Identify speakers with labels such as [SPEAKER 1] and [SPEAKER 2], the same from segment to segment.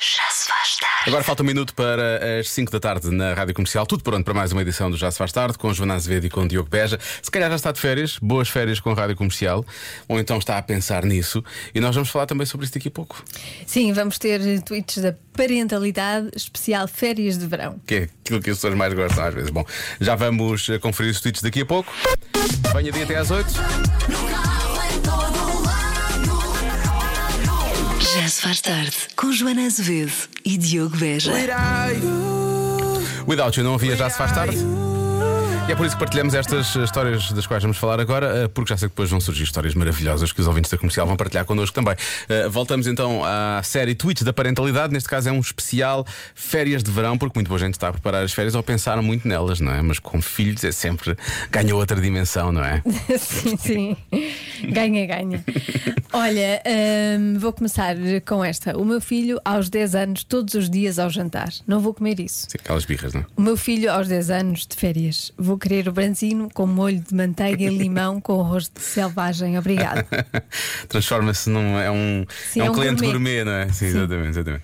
[SPEAKER 1] se faz tarde.
[SPEAKER 2] Agora falta um minuto para as 5 da tarde na Rádio Comercial. Tudo pronto para mais uma edição do Já Se Faz Tarde, com Joana Azevedo e com Diogo Beja. Se calhar já está de férias, boas férias com a Rádio Comercial, ou então está a pensar nisso. E nós vamos falar também sobre isso daqui a pouco.
[SPEAKER 3] Sim, vamos ter tweets da parentalidade especial férias de verão.
[SPEAKER 2] Que é aquilo que as pessoas mais gostam às vezes. Bom, já vamos eh, conferir os tweets daqui a pouco. Venha dia até às 8.
[SPEAKER 1] No carro, em todo lado.
[SPEAKER 4] Já se faz tarde com Joana Azevedo e Diogo Beja.
[SPEAKER 2] Without You não havia Já Se Faz Tarde. E é por isso que partilhamos estas eh, histórias das quais vamos falar agora, eh, porque já sei que depois vão surgir histórias maravilhosas que os ouvintes da comercial vão partilhar connosco também. Eh, Voltamos então à série Tweets da Parentalidade. Neste caso é um especial férias de verão, porque muito boa gente está a preparar as férias ou pensaram muito nelas, não é? Mas com filhos é sempre. ganha outra dimensão, não é?
[SPEAKER 3] sim, sim. Ganha, ganha. Olha, hum, vou começar com esta. O meu filho, aos 10 anos, todos os dias ao jantar. Não vou comer isso.
[SPEAKER 2] Sim, Aquelas birras, não é?
[SPEAKER 3] O meu filho, aos 10 anos, de férias. Vou querer o branzino com molho de manteiga e limão com arroz de selvagem. Obrigado.
[SPEAKER 2] Transforma-se num. É um,
[SPEAKER 3] Sim,
[SPEAKER 2] é um,
[SPEAKER 3] é um
[SPEAKER 2] cliente gourmet.
[SPEAKER 3] gourmet.
[SPEAKER 2] não é? Sim, Exatamente, exatamente.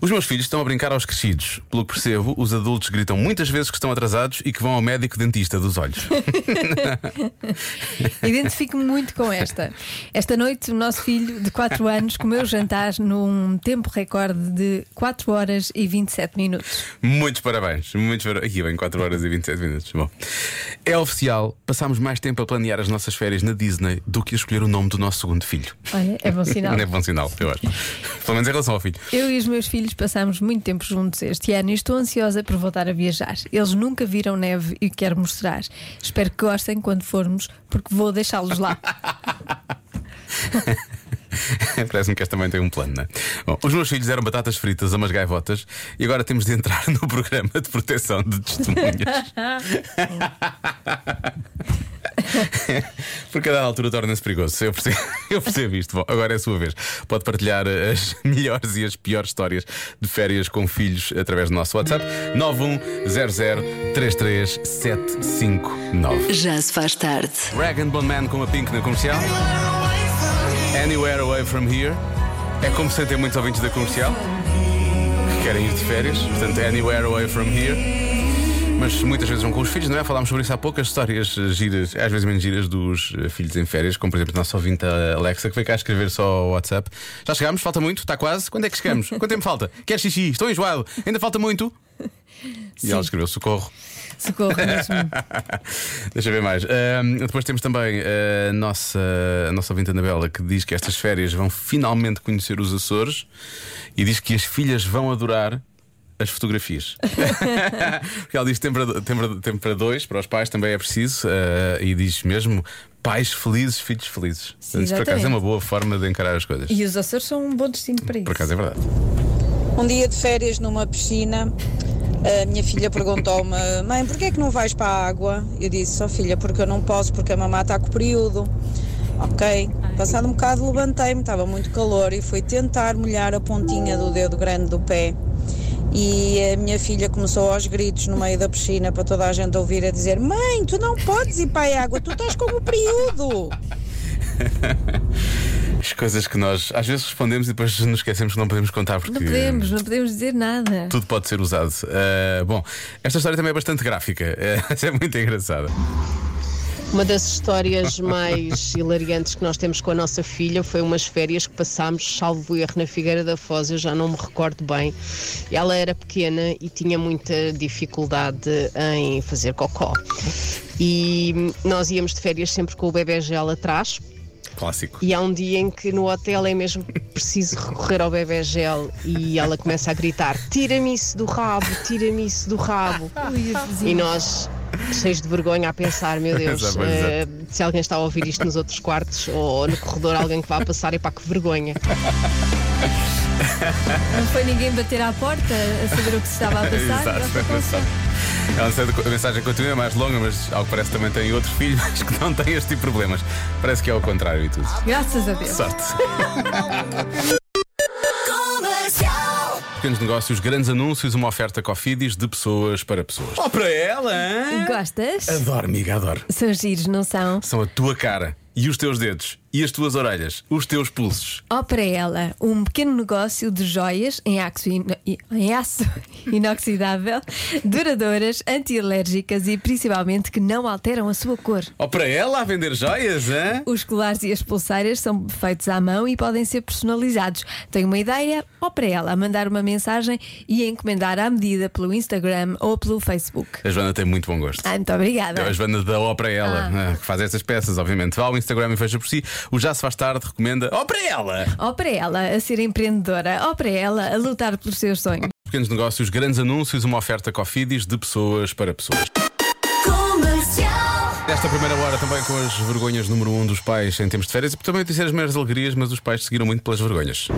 [SPEAKER 2] Os meus filhos estão a brincar aos crescidos. Pelo que percebo, os adultos gritam muitas vezes que estão atrasados e que vão ao médico dentista dos olhos.
[SPEAKER 3] Identifico-me muito com esta. Esta noite, o nosso filho de 4 anos comeu jantar num tempo recorde de 4 horas e 27 minutos.
[SPEAKER 2] muitos parabéns. Muitos parabéns. Aqui bem, 4 horas e 27 minutos. Bom. É oficial, passámos mais tempo a planear as nossas férias na Disney do que a escolher o nome do nosso segundo filho.
[SPEAKER 3] Olha, é bom sinal.
[SPEAKER 2] Não é bom sinal, eu acho. Pelo menos em relação ao filho.
[SPEAKER 3] Eu e os meus filhos passámos muito tempo juntos este ano e estou ansiosa por voltar a viajar. Eles nunca viram neve e quero mostrar. Espero que gostem quando formos, porque vou deixá-los lá.
[SPEAKER 2] Parece-me que este também tem um plano, não é? Bom, os meus filhos eram batatas fritas a umas gaivotas e agora temos de entrar no programa de proteção de testemunhas. Porque a dada altura torna-se perigoso. Eu percebo, eu percebo isto. Bom, agora é a sua vez. Pode partilhar as melhores e as piores histórias de férias com filhos através do nosso WhatsApp 910033759.
[SPEAKER 4] Já se faz tarde.
[SPEAKER 2] Rag and Bone Man com a Pink na comercial. Anywhere Away From Here É como se tem muitos ouvintes da comercial Que querem ir de férias Portanto, Anywhere Away From Here Mas muitas vezes vão com os filhos, não é? Falámos sobre isso há pouco As histórias eh, giras, às vezes menos giras Dos eh, filhos em férias Como por exemplo a nossa ouvinte a Alexa Que veio cá escrever só o WhatsApp Já chegámos? Falta muito? Está quase? Quando é que chegamos? Quanto tempo falta? Quer xixi? Estou enjoado Ainda falta muito? E ela escreveu socorro
[SPEAKER 3] Socorro mesmo.
[SPEAKER 2] Deixa eu ver mais. Ahm, depois temos também ah, a nossa, a nossa ouvinte Anabela que diz que estas férias vão finalmente conhecer os Açores e diz que as filhas vão adorar. As fotografias. Porque ela diz tempo para, tempo para- tempo para dois, para os pais também é preciso, ah, e diz mesmo pais felizes, filhos felizes.
[SPEAKER 3] Sim,
[SPEAKER 2] Isso, por acaso é
[SPEAKER 3] exatamente.
[SPEAKER 2] uma boa forma de encarar as coisas.
[SPEAKER 3] E os Açores são um bom destino para isso.
[SPEAKER 2] Por acaso é verdade.
[SPEAKER 5] Um dia de férias numa piscina, a minha filha perguntou-me: Mãe, porquê é que não vais para a água? Eu disse: Oh filha, porque eu não posso, porque a mamá está com período. Ok. Passado um bocado levantei-me, estava muito calor e fui tentar molhar a pontinha do dedo grande do pé. E a minha filha começou aos gritos no meio da piscina para toda a gente ouvir a dizer: Mãe, tu não podes ir para a água, tu estás com o período.
[SPEAKER 2] As coisas que nós às vezes respondemos e depois nos esquecemos é que não podemos contar porque.
[SPEAKER 3] Não podemos, não podemos dizer nada.
[SPEAKER 2] Tudo pode ser usado. Uh, bom, esta história também é bastante gráfica. Uh, essa é muito engraçada.
[SPEAKER 6] Uma das histórias mais hilariantes que nós temos com a nossa filha foi umas férias que passámos, salvo erro, na Figueira da Foz, eu já não me recordo bem. Ela era pequena e tinha muita dificuldade em fazer cocó. E nós íamos de férias sempre com o bebê gel atrás,
[SPEAKER 2] Clássico.
[SPEAKER 6] e há um dia em que no hotel é mesmo preciso recorrer ao bebê gel e ela começa a gritar: tira-me isso do rabo, tira-me isso do rabo. E nós, cheios de vergonha, a pensar: meu Deus,
[SPEAKER 2] Exato, exato.
[SPEAKER 6] eh, se alguém está a ouvir isto nos outros quartos ou no corredor, alguém que vá passar, e pá, que vergonha.
[SPEAKER 3] Não foi ninguém bater à porta a saber o que se estava a passar.
[SPEAKER 2] Exato,
[SPEAKER 3] Ela foi tão
[SPEAKER 2] exato. Eu não sei de co- a mensagem continua é mais longa, mas ao que parece também tem outro filho, mas que não tem este tipo de problemas. Parece que é ao contrário e tudo.
[SPEAKER 3] Graças a Deus.
[SPEAKER 2] Sorte.
[SPEAKER 1] Comercial.
[SPEAKER 2] Pequenos negócios, grandes anúncios, uma oferta Cofidis de pessoas para pessoas. Oh, para ela, hein?
[SPEAKER 3] Gostas?
[SPEAKER 2] Adoro, amiga, adoro.
[SPEAKER 3] São giros, não são?
[SPEAKER 2] São a tua cara. E e os teus dedos, e as tuas orelhas, os teus pulsos.
[SPEAKER 3] Ó para ela, um pequeno negócio de joias em aço, ino- i- em aço inoxidável, duradouras, antialérgicas e principalmente que não alteram a sua cor.
[SPEAKER 2] Ó Oh, para ela a vender joias, hã?
[SPEAKER 3] Os colares e as pulseiras são feitos à mão e podem ser personalizados. Tem uma ideia? Ó para ela, a mandar uma mensagem e a encomendar à medida pelo Instagram ou pelo Facebook.
[SPEAKER 2] A Joana tem muito bom gosto.
[SPEAKER 3] Ah, muito obrigada.
[SPEAKER 2] É a Joana da Ó para ela, né, que faz estas peças, obviamente. Vá ao Instagram e fecha por si. O Já Se Faz Tarde recomenda Ó para ela!
[SPEAKER 3] Ó para ela a ser empreendedora, ó para ela a lutar pelos seus sonhos.
[SPEAKER 2] Pequenos negócios, grandes anúncios, uma oferta Cofidis de pessoas para pessoas.
[SPEAKER 1] comercial,
[SPEAKER 2] Nesta primeira hora também com as vergonhas número um dos pais em tempos de férias. Também disse as maiores alegrias, mas os pais seguiram muito pelas vergonhas.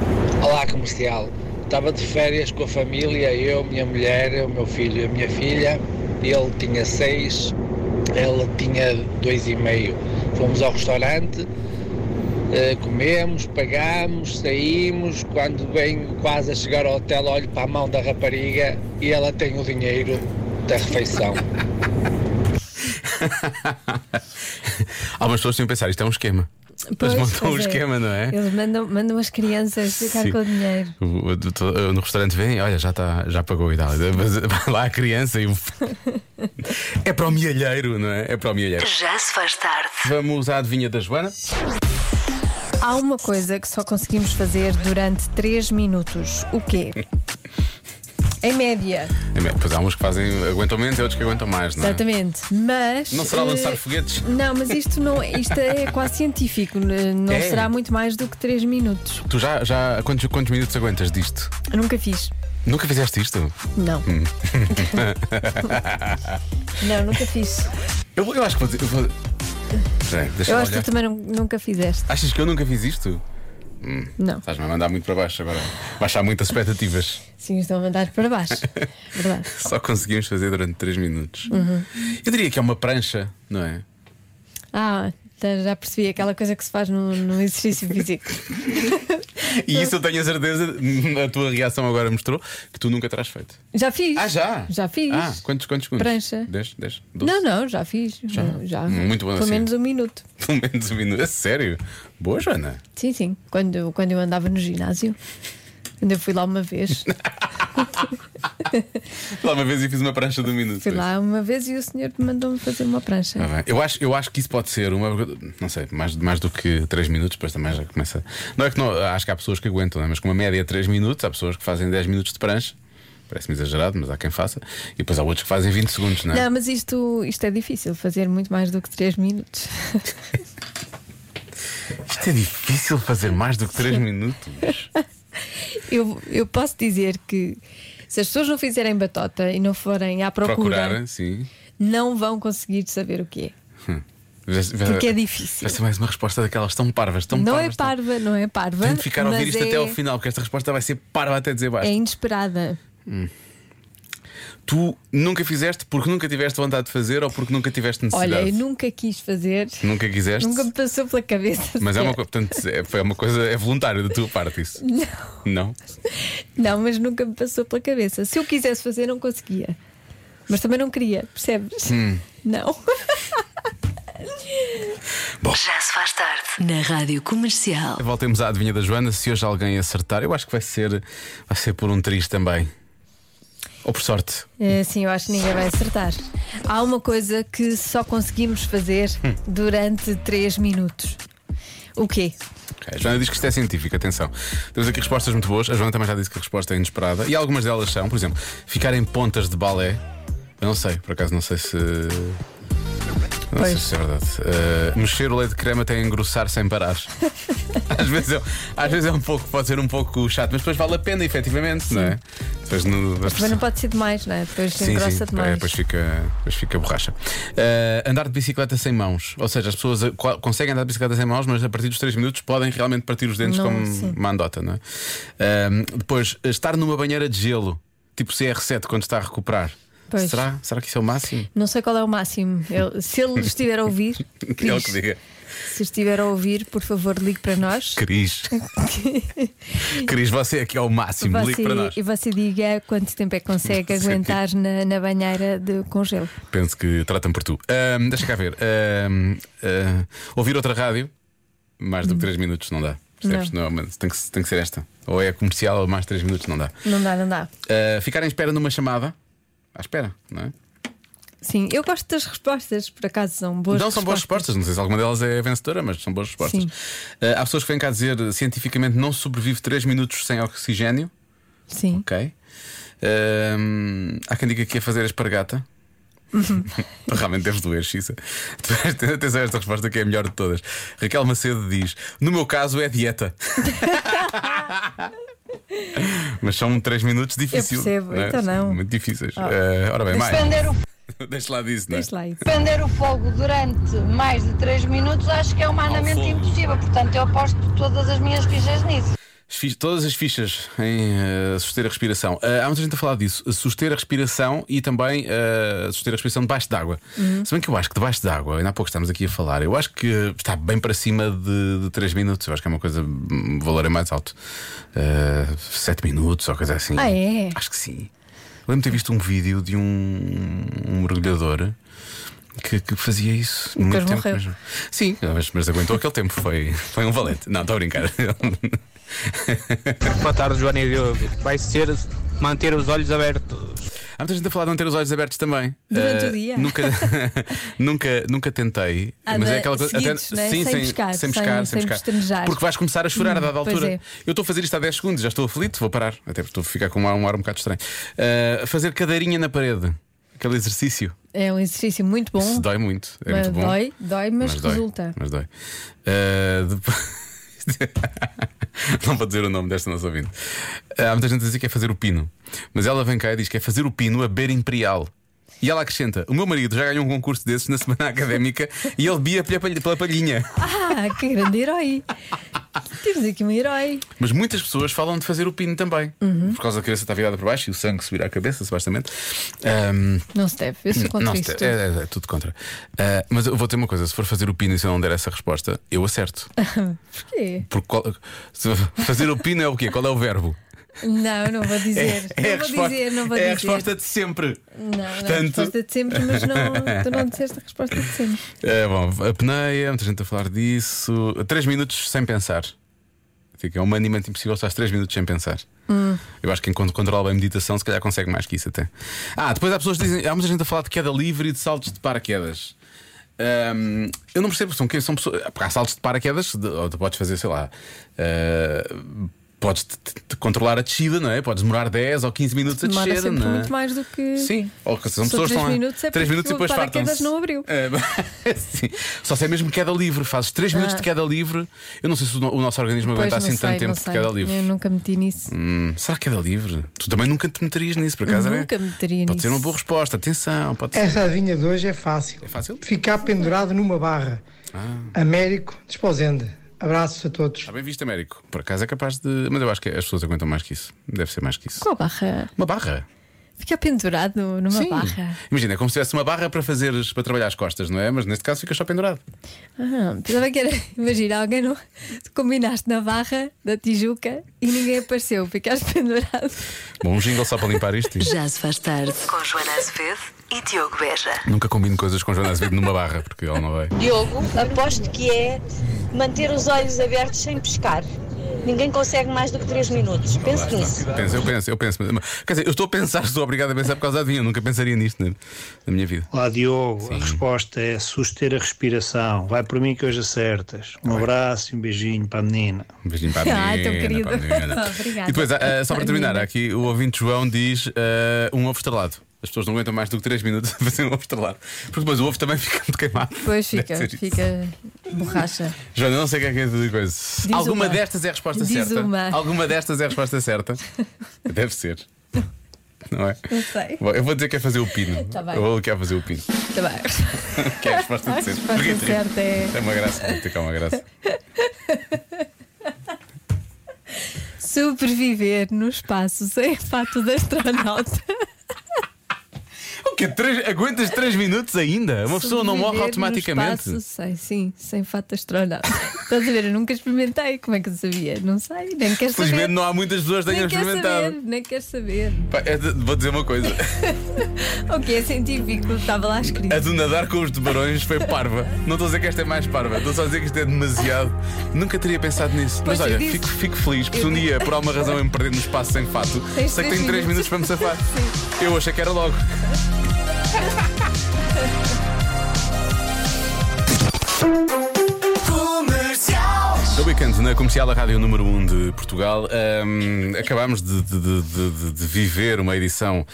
[SPEAKER 7] Olá, comercial. Estava de férias com a família, eu, minha mulher, o meu filho e a minha filha. Ele tinha seis, ela tinha dois e meio. Fomos ao restaurante, eh, comemos, pagámos, saímos. Quando venho quase a chegar ao hotel, olho para a mão da rapariga e ela tem o dinheiro da refeição.
[SPEAKER 2] Algumas pessoas tinham a pensar, isto é um esquema.
[SPEAKER 3] Pois,
[SPEAKER 2] Mas montam um
[SPEAKER 3] pois é.
[SPEAKER 2] esquema, não é?
[SPEAKER 3] Eles mandam, mandam as crianças ficar
[SPEAKER 2] Sim.
[SPEAKER 3] com o dinheiro.
[SPEAKER 2] O- o- o- o- No restaurante vem, olha, já, tá, já pagou e tal. Mas Vai lá a criança e. o- É para o mielheiro, não é? É para o mielheiro.
[SPEAKER 4] Já se faz tarde.
[SPEAKER 2] Vamos à adivinha da Joana.
[SPEAKER 3] Há uma coisa que só conseguimos fazer durante 3 minutos. O quê? Em média,
[SPEAKER 2] É mesmo, Pois há uns que fazem, aguentam menos e outros que aguentam mais, não é?
[SPEAKER 3] exatamente. Mas.
[SPEAKER 2] Não será
[SPEAKER 3] eh,
[SPEAKER 2] lançar foguetes?
[SPEAKER 3] Não, mas isto, não, isto é quase científico. n- Não
[SPEAKER 2] É.
[SPEAKER 3] será muito mais do que 3 minutos.
[SPEAKER 2] Tu já, já há quantos, quantos minutos aguentas disto?
[SPEAKER 3] Eu nunca fiz.
[SPEAKER 2] Nunca fizeste isto?
[SPEAKER 3] Não.
[SPEAKER 2] Hum.
[SPEAKER 3] não, nunca fiz.
[SPEAKER 2] Eu, eu acho que vou. dizer- Eu vou... Espera aí, deixa
[SPEAKER 3] Eu
[SPEAKER 2] eu
[SPEAKER 3] acho que
[SPEAKER 2] olhar.
[SPEAKER 3] tu também nu- nunca fizeste.
[SPEAKER 2] Achas que eu nunca fiz isto?
[SPEAKER 3] Não.
[SPEAKER 2] Estás-me a mandar muito para baixo agora. Baixar muitas expectativas.
[SPEAKER 3] Sim, estão a mandar para baixo. Verdade.
[SPEAKER 2] Só conseguimos fazer durante 3 minutos. Eu diria que é uma prancha, não é?
[SPEAKER 3] Ah, tá, já percebi aquela coisa que se faz no, no exercício físico.
[SPEAKER 2] E isso eu tenho a certeza, a tua reação agora mostrou, que tu nunca terás feito.
[SPEAKER 3] Já fiz.
[SPEAKER 2] Ah, já?
[SPEAKER 3] Já fiz.
[SPEAKER 2] Ah, quantos, quantos segundos?
[SPEAKER 3] Prancha.
[SPEAKER 2] 10, 10, 12.
[SPEAKER 3] Não, não, já fiz. Já.
[SPEAKER 2] Muito bom
[SPEAKER 3] Pelo
[SPEAKER 2] assim.
[SPEAKER 3] menos um minuto.
[SPEAKER 2] Pelo menos um minuto. A sério? Boa, Joana.
[SPEAKER 3] Sim, sim. Quando, quando eu andava no ginásio. Ainda fui lá uma vez.
[SPEAKER 2] Lá uma vez eu fiz uma prancha de um minuto.
[SPEAKER 3] Fui lá uma vez e o senhor mandou-me fazer uma prancha.
[SPEAKER 2] Ah, bem. Eu acho, eu acho que isso pode ser uma. Não sei, mais, mais do que 3 minutos, depois também já começa. Não é que não, acho que há pessoas que aguentam, não é? mas com uma média de 3 minutos, há pessoas que fazem 10 minutos de prancha. Parece-me exagerado, mas há quem faça. E depois há outros que fazem 20 segundos, não é?
[SPEAKER 3] Não, mas isto, isto é difícil, fazer muito mais do que 3 minutos.
[SPEAKER 2] Isto é difícil fazer mais do que 3 minutos.
[SPEAKER 3] Eu, eu posso dizer que se as pessoas não fizerem batota e não forem à procura,
[SPEAKER 2] Procurar, sim. Hum.
[SPEAKER 3] não vão conseguir saber o que é. Porque
[SPEAKER 2] Porque
[SPEAKER 3] é difícil.
[SPEAKER 2] Vai ser mais uma resposta daquelas tão parvas, tão
[SPEAKER 3] Não é
[SPEAKER 2] parvas, tão-
[SPEAKER 3] parva, não é parva.
[SPEAKER 2] Tenho de ficar a ouvir
[SPEAKER 3] mas
[SPEAKER 2] isto
[SPEAKER 3] é,
[SPEAKER 2] até ao final, porque esta resposta vai ser parva até dizer baixo.
[SPEAKER 3] É inesperada.
[SPEAKER 2] Tu nunca fizeste porque nunca tiveste vontade de fazer ou porque nunca tiveste necessidade?
[SPEAKER 3] Olha, eu nunca quis fazer,
[SPEAKER 2] Nunca quiseste?
[SPEAKER 3] nunca me passou pela cabeça.
[SPEAKER 2] Mas é uma,
[SPEAKER 3] sequer.
[SPEAKER 2] co- portanto, é, foi uma coisa é voluntária da tua parte isso? Não. Não?
[SPEAKER 3] Não, mas nunca me passou pela cabeça. Se eu quisesse fazer, não conseguia. Mas também não queria, percebes?
[SPEAKER 2] Hum.
[SPEAKER 3] Não.
[SPEAKER 4] Já se faz tarde. Na Rádio Comercial.
[SPEAKER 2] Voltemos à adivinha da Joana. Se hoje alguém acertar, eu acho que vai ser, vai ser por um triz também. Ou por sorte.
[SPEAKER 3] É, sim, eu acho que ninguém vai acertar. Há uma coisa que só conseguimos fazer
[SPEAKER 2] Hum.
[SPEAKER 3] durante 3 minutos. O quê?
[SPEAKER 2] Ok, A Joana diz que isto é científico, atenção. Temos aqui respostas muito boas. A Joana também já disse que a resposta é inesperada. E algumas delas são, por exemplo, ficar em pontas de balé. Eu não sei, por acaso não sei se. Não sei
[SPEAKER 3] Pois.
[SPEAKER 2] se é verdade. Eh, mexer o leite de creme até engrossar sem parar. às, vezes é, às vezes é um pouco, pode ser um pouco chato, mas depois vale a pena, efetivamente, não é? Depois no,
[SPEAKER 3] Mas não pode ser demais, não é? Depois
[SPEAKER 2] Sim,
[SPEAKER 3] engrossa
[SPEAKER 2] sim.
[SPEAKER 3] demais.
[SPEAKER 2] É, depois, fica, depois fica borracha. Eh, andar de bicicleta sem mãos. Ou seja, as pessoas eh, qua- conseguem andar de bicicleta sem mãos, mas a partir dos 3 minutos podem realmente partir os dentes
[SPEAKER 3] Não,
[SPEAKER 2] como
[SPEAKER 3] sim.
[SPEAKER 2] uma andota, não é? Eh, depois, estar numa banheira de gelo, tipo CR7, quando está a recuperar.
[SPEAKER 3] Pois.
[SPEAKER 2] Será? Será que isso é o máximo?
[SPEAKER 3] Não sei qual é o máximo. Eu- se ele estiver a ouvir,
[SPEAKER 2] É Ele
[SPEAKER 3] Cris,
[SPEAKER 2] que diga.
[SPEAKER 3] se estiver a ouvir, por favor, ligue para nós.
[SPEAKER 2] Cris. Cris, você aqui é o máximo. Ligue para nós.
[SPEAKER 3] e você diga quanto tempo é que consegue
[SPEAKER 2] Sim.
[SPEAKER 3] aguentar na, na banheira de congelo.
[SPEAKER 2] Penso que tratam por tu. Ahm, deixa cá ver. Ahm, ah, ouvir outra rádio, mais do que 3 minutos não dá. Percebes? Não. mas tem, que, se- tem que ser esta. Ou é comercial ou mais 3 minutos não dá.
[SPEAKER 3] Não dá, não dá.
[SPEAKER 2] Ah, ficar em espera numa chamada. À espera, não é?
[SPEAKER 3] Sim, eu gosto das respostas, por acaso são boas.
[SPEAKER 2] não são boas respostas, não sei se alguma delas é vencedora, mas são boas respostas.
[SPEAKER 3] Sim.
[SPEAKER 2] Ah, há pessoas que vêm cá dizer cientificamente não sobrevive 3 minutos sem oxigênio.
[SPEAKER 3] Sim.
[SPEAKER 2] Ok. Ahm, há quem diga que ia fazer a espargata.
[SPEAKER 3] Uhum.
[SPEAKER 2] Realmente deves doer, Xissa. Tu tens esta resposta que é a melhor de todas. Raquel Macedo diz: No meu caso é dieta. Mas são três minutos difíceis.
[SPEAKER 3] Eu percebo,
[SPEAKER 2] né?
[SPEAKER 3] então não.
[SPEAKER 2] Muito difíceis. Eh, ora bem, mais.
[SPEAKER 8] Defender o,
[SPEAKER 2] Deixa lá disso, não é?
[SPEAKER 3] Deixa lá isso.
[SPEAKER 8] defender o fogo durante mais de 3 minutos acho que é humanamente
[SPEAKER 2] fogo.
[SPEAKER 8] impossível, portanto eu aposto todas as minhas fichas nisso.
[SPEAKER 2] Fi- Todas as fichas em eh, suster a respiração. Eh, há muita gente a falar disso. Suster a respiração e também eh, suster a respiração debaixo d'água.
[SPEAKER 3] Uhum.
[SPEAKER 2] Se bem que eu acho que debaixo d'água, ainda há pouco estamos aqui a falar, eu acho que está bem para cima de, de 3 minutos. Eu acho que é uma coisa, um valor é mais alto. 7 minutos ou coisa assim.
[SPEAKER 3] Ah, é?
[SPEAKER 2] Acho que sim. Lembro-me de ter visto um vídeo de um, um mergulhador. Que, que fazia isso
[SPEAKER 3] E depois
[SPEAKER 2] muito tempo
[SPEAKER 3] morreu.
[SPEAKER 2] mesmo. Sim, mas, mas aguentou aquele tempo, foi, foi um valente. Não, estou a brincar. É um
[SPEAKER 9] Boa tarde, Joana e Diogo. Vai ser manter os olhos abertos.
[SPEAKER 2] Há muita gente a falar de não ter os olhos abertos também.
[SPEAKER 3] Durante
[SPEAKER 2] Eh,
[SPEAKER 3] o dia.
[SPEAKER 2] Nunca, nunca, nunca tentei.
[SPEAKER 3] Ah,
[SPEAKER 2] mas é
[SPEAKER 3] de-
[SPEAKER 2] aquela coisa.
[SPEAKER 3] seguidos, né?
[SPEAKER 2] sim,
[SPEAKER 3] Sem pescar,
[SPEAKER 2] sem
[SPEAKER 3] sem-
[SPEAKER 2] pescar,
[SPEAKER 3] sem
[SPEAKER 2] sem pescar.
[SPEAKER 3] pestanejar.
[SPEAKER 2] Porque vais começar a chorar a dada
[SPEAKER 3] pois
[SPEAKER 2] altura.
[SPEAKER 3] é.
[SPEAKER 2] Eu estou a fazer isto há 10 segundos, já estou aflito, vou parar. Até porque estou a ficar com um ar um, ar um bocado estranho. Eh, fazer cadeirinha na parede. Aquele exercício.
[SPEAKER 3] É um exercício muito bom.
[SPEAKER 2] Isso dói muito. É
[SPEAKER 3] mas
[SPEAKER 2] muito bom.
[SPEAKER 3] dói, dói, mas,
[SPEAKER 2] dói,
[SPEAKER 3] resulta.
[SPEAKER 2] Mas dói. Eh, depois- Não vou dizer o nome desta nossa ouvinte. Eh, Há muita gente a dizer que é fazer o pino. Mas ela vem cá e diz que é fazer o pino a beira imperial. E ela acrescenta: O meu marido já ganhou um concurso desses na semana académica e ele bia pela palha- pela palhinha.
[SPEAKER 3] Ah, que grande herói! Temos aqui um herói.
[SPEAKER 2] Mas muitas pessoas falam de fazer o pino também.
[SPEAKER 3] Uhum.
[SPEAKER 2] Por causa da cabeça estar virada para baixo e o sangue subir à cabeça, supostamente. Ahm,
[SPEAKER 3] Não se deve, eu sou contra
[SPEAKER 2] Não,
[SPEAKER 3] isto.
[SPEAKER 2] é, é- é tudo contra. Ah, mas eu vou ter uma coisa: se for fazer o pino e se eu não der essa resposta, eu acerto.
[SPEAKER 3] Porquê?
[SPEAKER 2] Porque qual- se- fazer o pino é o quê? Qual é o verbo?
[SPEAKER 3] Não, não vou dizer.
[SPEAKER 2] é
[SPEAKER 3] não
[SPEAKER 2] a
[SPEAKER 3] vou
[SPEAKER 2] resposta,
[SPEAKER 3] dizer, não vou
[SPEAKER 2] é a
[SPEAKER 3] dizer.
[SPEAKER 2] resposta de sempre.
[SPEAKER 3] Não, não, é a
[SPEAKER 2] Portanto-
[SPEAKER 3] resposta de sempre, mas não, tu não disseste a resposta de sempre.
[SPEAKER 2] É, bom, a peneia, muita gente a falar disso. Três minutos sem pensar. Fica, é um manimento impossível estar três minutos sem pensar.
[SPEAKER 3] Hum.
[SPEAKER 2] Eu acho que enquanto controla bem a meditação, se calhar consegue mais que isso até. Ah, depois há pessoas que dizem, há muita gente a falar de queda livre e de saltos de paraquedas. Ahm, eu não percebo, são, quem são pessoas. ah, Porque há saltos de paraquedas, de- ou tu podes fazer, sei lá. ah, Podes te- te- te controlar a descida, não é? Podes demorar 10 ou 15 minutos a
[SPEAKER 3] Demora
[SPEAKER 2] descer,
[SPEAKER 3] sempre
[SPEAKER 2] não é?
[SPEAKER 3] muito mais do que.
[SPEAKER 2] Sim, ou que são pessoas
[SPEAKER 3] Só
[SPEAKER 2] que
[SPEAKER 3] três
[SPEAKER 2] estão lá
[SPEAKER 3] minutos é
[SPEAKER 2] três
[SPEAKER 3] porque
[SPEAKER 2] minutos e
[SPEAKER 3] o
[SPEAKER 2] depois
[SPEAKER 3] paraquedas
[SPEAKER 2] fartam-se.
[SPEAKER 3] não abriu.
[SPEAKER 2] É, sim. Só se é mesmo queda livre, fazes 3 minutos de queda livre. Eu não sei se o, no- o nosso organismo
[SPEAKER 3] Ah. Pois,
[SPEAKER 2] aguenta
[SPEAKER 3] não
[SPEAKER 2] assim
[SPEAKER 3] sei,
[SPEAKER 2] tanto
[SPEAKER 3] não
[SPEAKER 2] tempo de
[SPEAKER 3] sei.
[SPEAKER 2] queda livre.
[SPEAKER 3] Eu nunca meti nisso.
[SPEAKER 2] Hum, será que queda livre? Tu também nunca te meterias nisso, por acaso,
[SPEAKER 3] Nunca
[SPEAKER 2] né?
[SPEAKER 3] meteria
[SPEAKER 2] Pode ser uma
[SPEAKER 3] nisso.
[SPEAKER 2] boa resposta, atenção, pode ser.
[SPEAKER 10] Essa adivinha de hoje é fácil.
[SPEAKER 2] É fácil? Ah.
[SPEAKER 10] Ficar pendurado numa barra. Américo Desposende. Abraços a todos.
[SPEAKER 2] Está bem visto, Américo. Por acaso é capaz de. Mas eu acho que as pessoas aguentam mais que isso. Deve ser mais que isso.
[SPEAKER 3] Qual barra?
[SPEAKER 2] Uma barra.
[SPEAKER 3] Ficar pendurado numa
[SPEAKER 2] Sim.
[SPEAKER 3] barra.
[SPEAKER 2] Imagina, é como se tivesse uma barra para fazeres para trabalhar as costas, não é? Mas neste caso fica só pendurado.
[SPEAKER 3] Ah, pensava que era. Imagina, alguém não. Tu combinaste na barra da Tijuca e ninguém apareceu. Ficaste pendurado.
[SPEAKER 2] Bom, um jingle só para limpar isto.
[SPEAKER 4] Já se faz tarde com Joana Azevedo e Diogo Beja.
[SPEAKER 2] Nunca combino coisas com Joana Azevedo numa barra, porque ela não vai.
[SPEAKER 8] Diogo, aposto que é manter os olhos abertos sem pescar. Ninguém consegue mais do que 3 minutos. Pense nisso.
[SPEAKER 2] Penso, eu penso, eu penso. Quer dizer, eu estou a pensar, estou obrigado a pensar por causa de mim. Eu nunca pensaria nisto na, na minha vida.
[SPEAKER 11] Olá Diogo, a resposta é suster a respiração. Vai por mim que hoje acertas. Um abraço e um beijinho para a menina.
[SPEAKER 2] Um beijinho para a menina.
[SPEAKER 3] Ai, Ah, tão querido.
[SPEAKER 2] para a menina.
[SPEAKER 3] Obrigada.
[SPEAKER 2] E depois, ah, ah, só para
[SPEAKER 3] Para a
[SPEAKER 2] terminar,
[SPEAKER 3] menina.
[SPEAKER 2] aqui o ouvinte João diz ah, um ovo estrelado. As pessoas não aguentam mais do que 3 minutos a fazer um ovo estrelado. Porque depois o ovo também fica muito queimado.
[SPEAKER 3] Depois
[SPEAKER 2] Deve
[SPEAKER 3] fica,
[SPEAKER 2] ser isso.
[SPEAKER 3] fica borracha.
[SPEAKER 2] Joana, eu não sei o que é que é de coisa. Alguma
[SPEAKER 3] uma.
[SPEAKER 2] destas é a resposta
[SPEAKER 3] Diz
[SPEAKER 2] certa.
[SPEAKER 3] uma.
[SPEAKER 2] Alguma destas é a resposta certa. Deve ser. Não é?
[SPEAKER 3] Não sei.
[SPEAKER 2] Bom, Eu vou dizer que é fazer o pino.
[SPEAKER 3] Tá bem.
[SPEAKER 2] eu vou que é fazer o pino.
[SPEAKER 3] Tá bem.
[SPEAKER 2] Que é a resposta de sempre.
[SPEAKER 3] A resposta certa é.
[SPEAKER 2] É uma graça, vou ter cá uma graça.
[SPEAKER 3] Sobreviver no espaço sem fato de astronauta.
[SPEAKER 2] Que três, aguentas 3 minutos ainda? Uma pessoa não morre
[SPEAKER 3] Sobreviver no
[SPEAKER 2] automaticamente.
[SPEAKER 3] espaço sem, sim, sem fato astronauta. Estás a ver? Eu nunca experimentei. Como é que eu sabia? Não sei, nem quero
[SPEAKER 2] Felizmente
[SPEAKER 3] saber.
[SPEAKER 2] não há muitas pessoas que tenham
[SPEAKER 3] nem quero saber,
[SPEAKER 2] experimentado.
[SPEAKER 3] nem quero saber.
[SPEAKER 2] Pá, é de- vou dizer uma coisa:
[SPEAKER 3] O que é científico? Estava lá escrito.
[SPEAKER 2] a do nadar com os tubarões foi parva. Não estou a dizer que esta é mais parva, estou só a dizer que isto é demasiado. Nunca teria pensado nisso.
[SPEAKER 3] Pois,
[SPEAKER 2] Mas olha,
[SPEAKER 3] eu disse.
[SPEAKER 2] fico, fico feliz, porque se
[SPEAKER 3] Eu
[SPEAKER 2] um dia,
[SPEAKER 3] disse.
[SPEAKER 2] por alguma razão, eu me perder no espaço sem fato,
[SPEAKER 3] Tens
[SPEAKER 2] sei que
[SPEAKER 3] três
[SPEAKER 2] tenho 3 minutos
[SPEAKER 3] minutos.
[SPEAKER 2] para me safar. Eu achei que era logo.
[SPEAKER 1] Comercial.
[SPEAKER 2] The Weekend na comercial, a rádio número 1 de Portugal. Ahm, acabámos de, de- de- de- de viver uma edição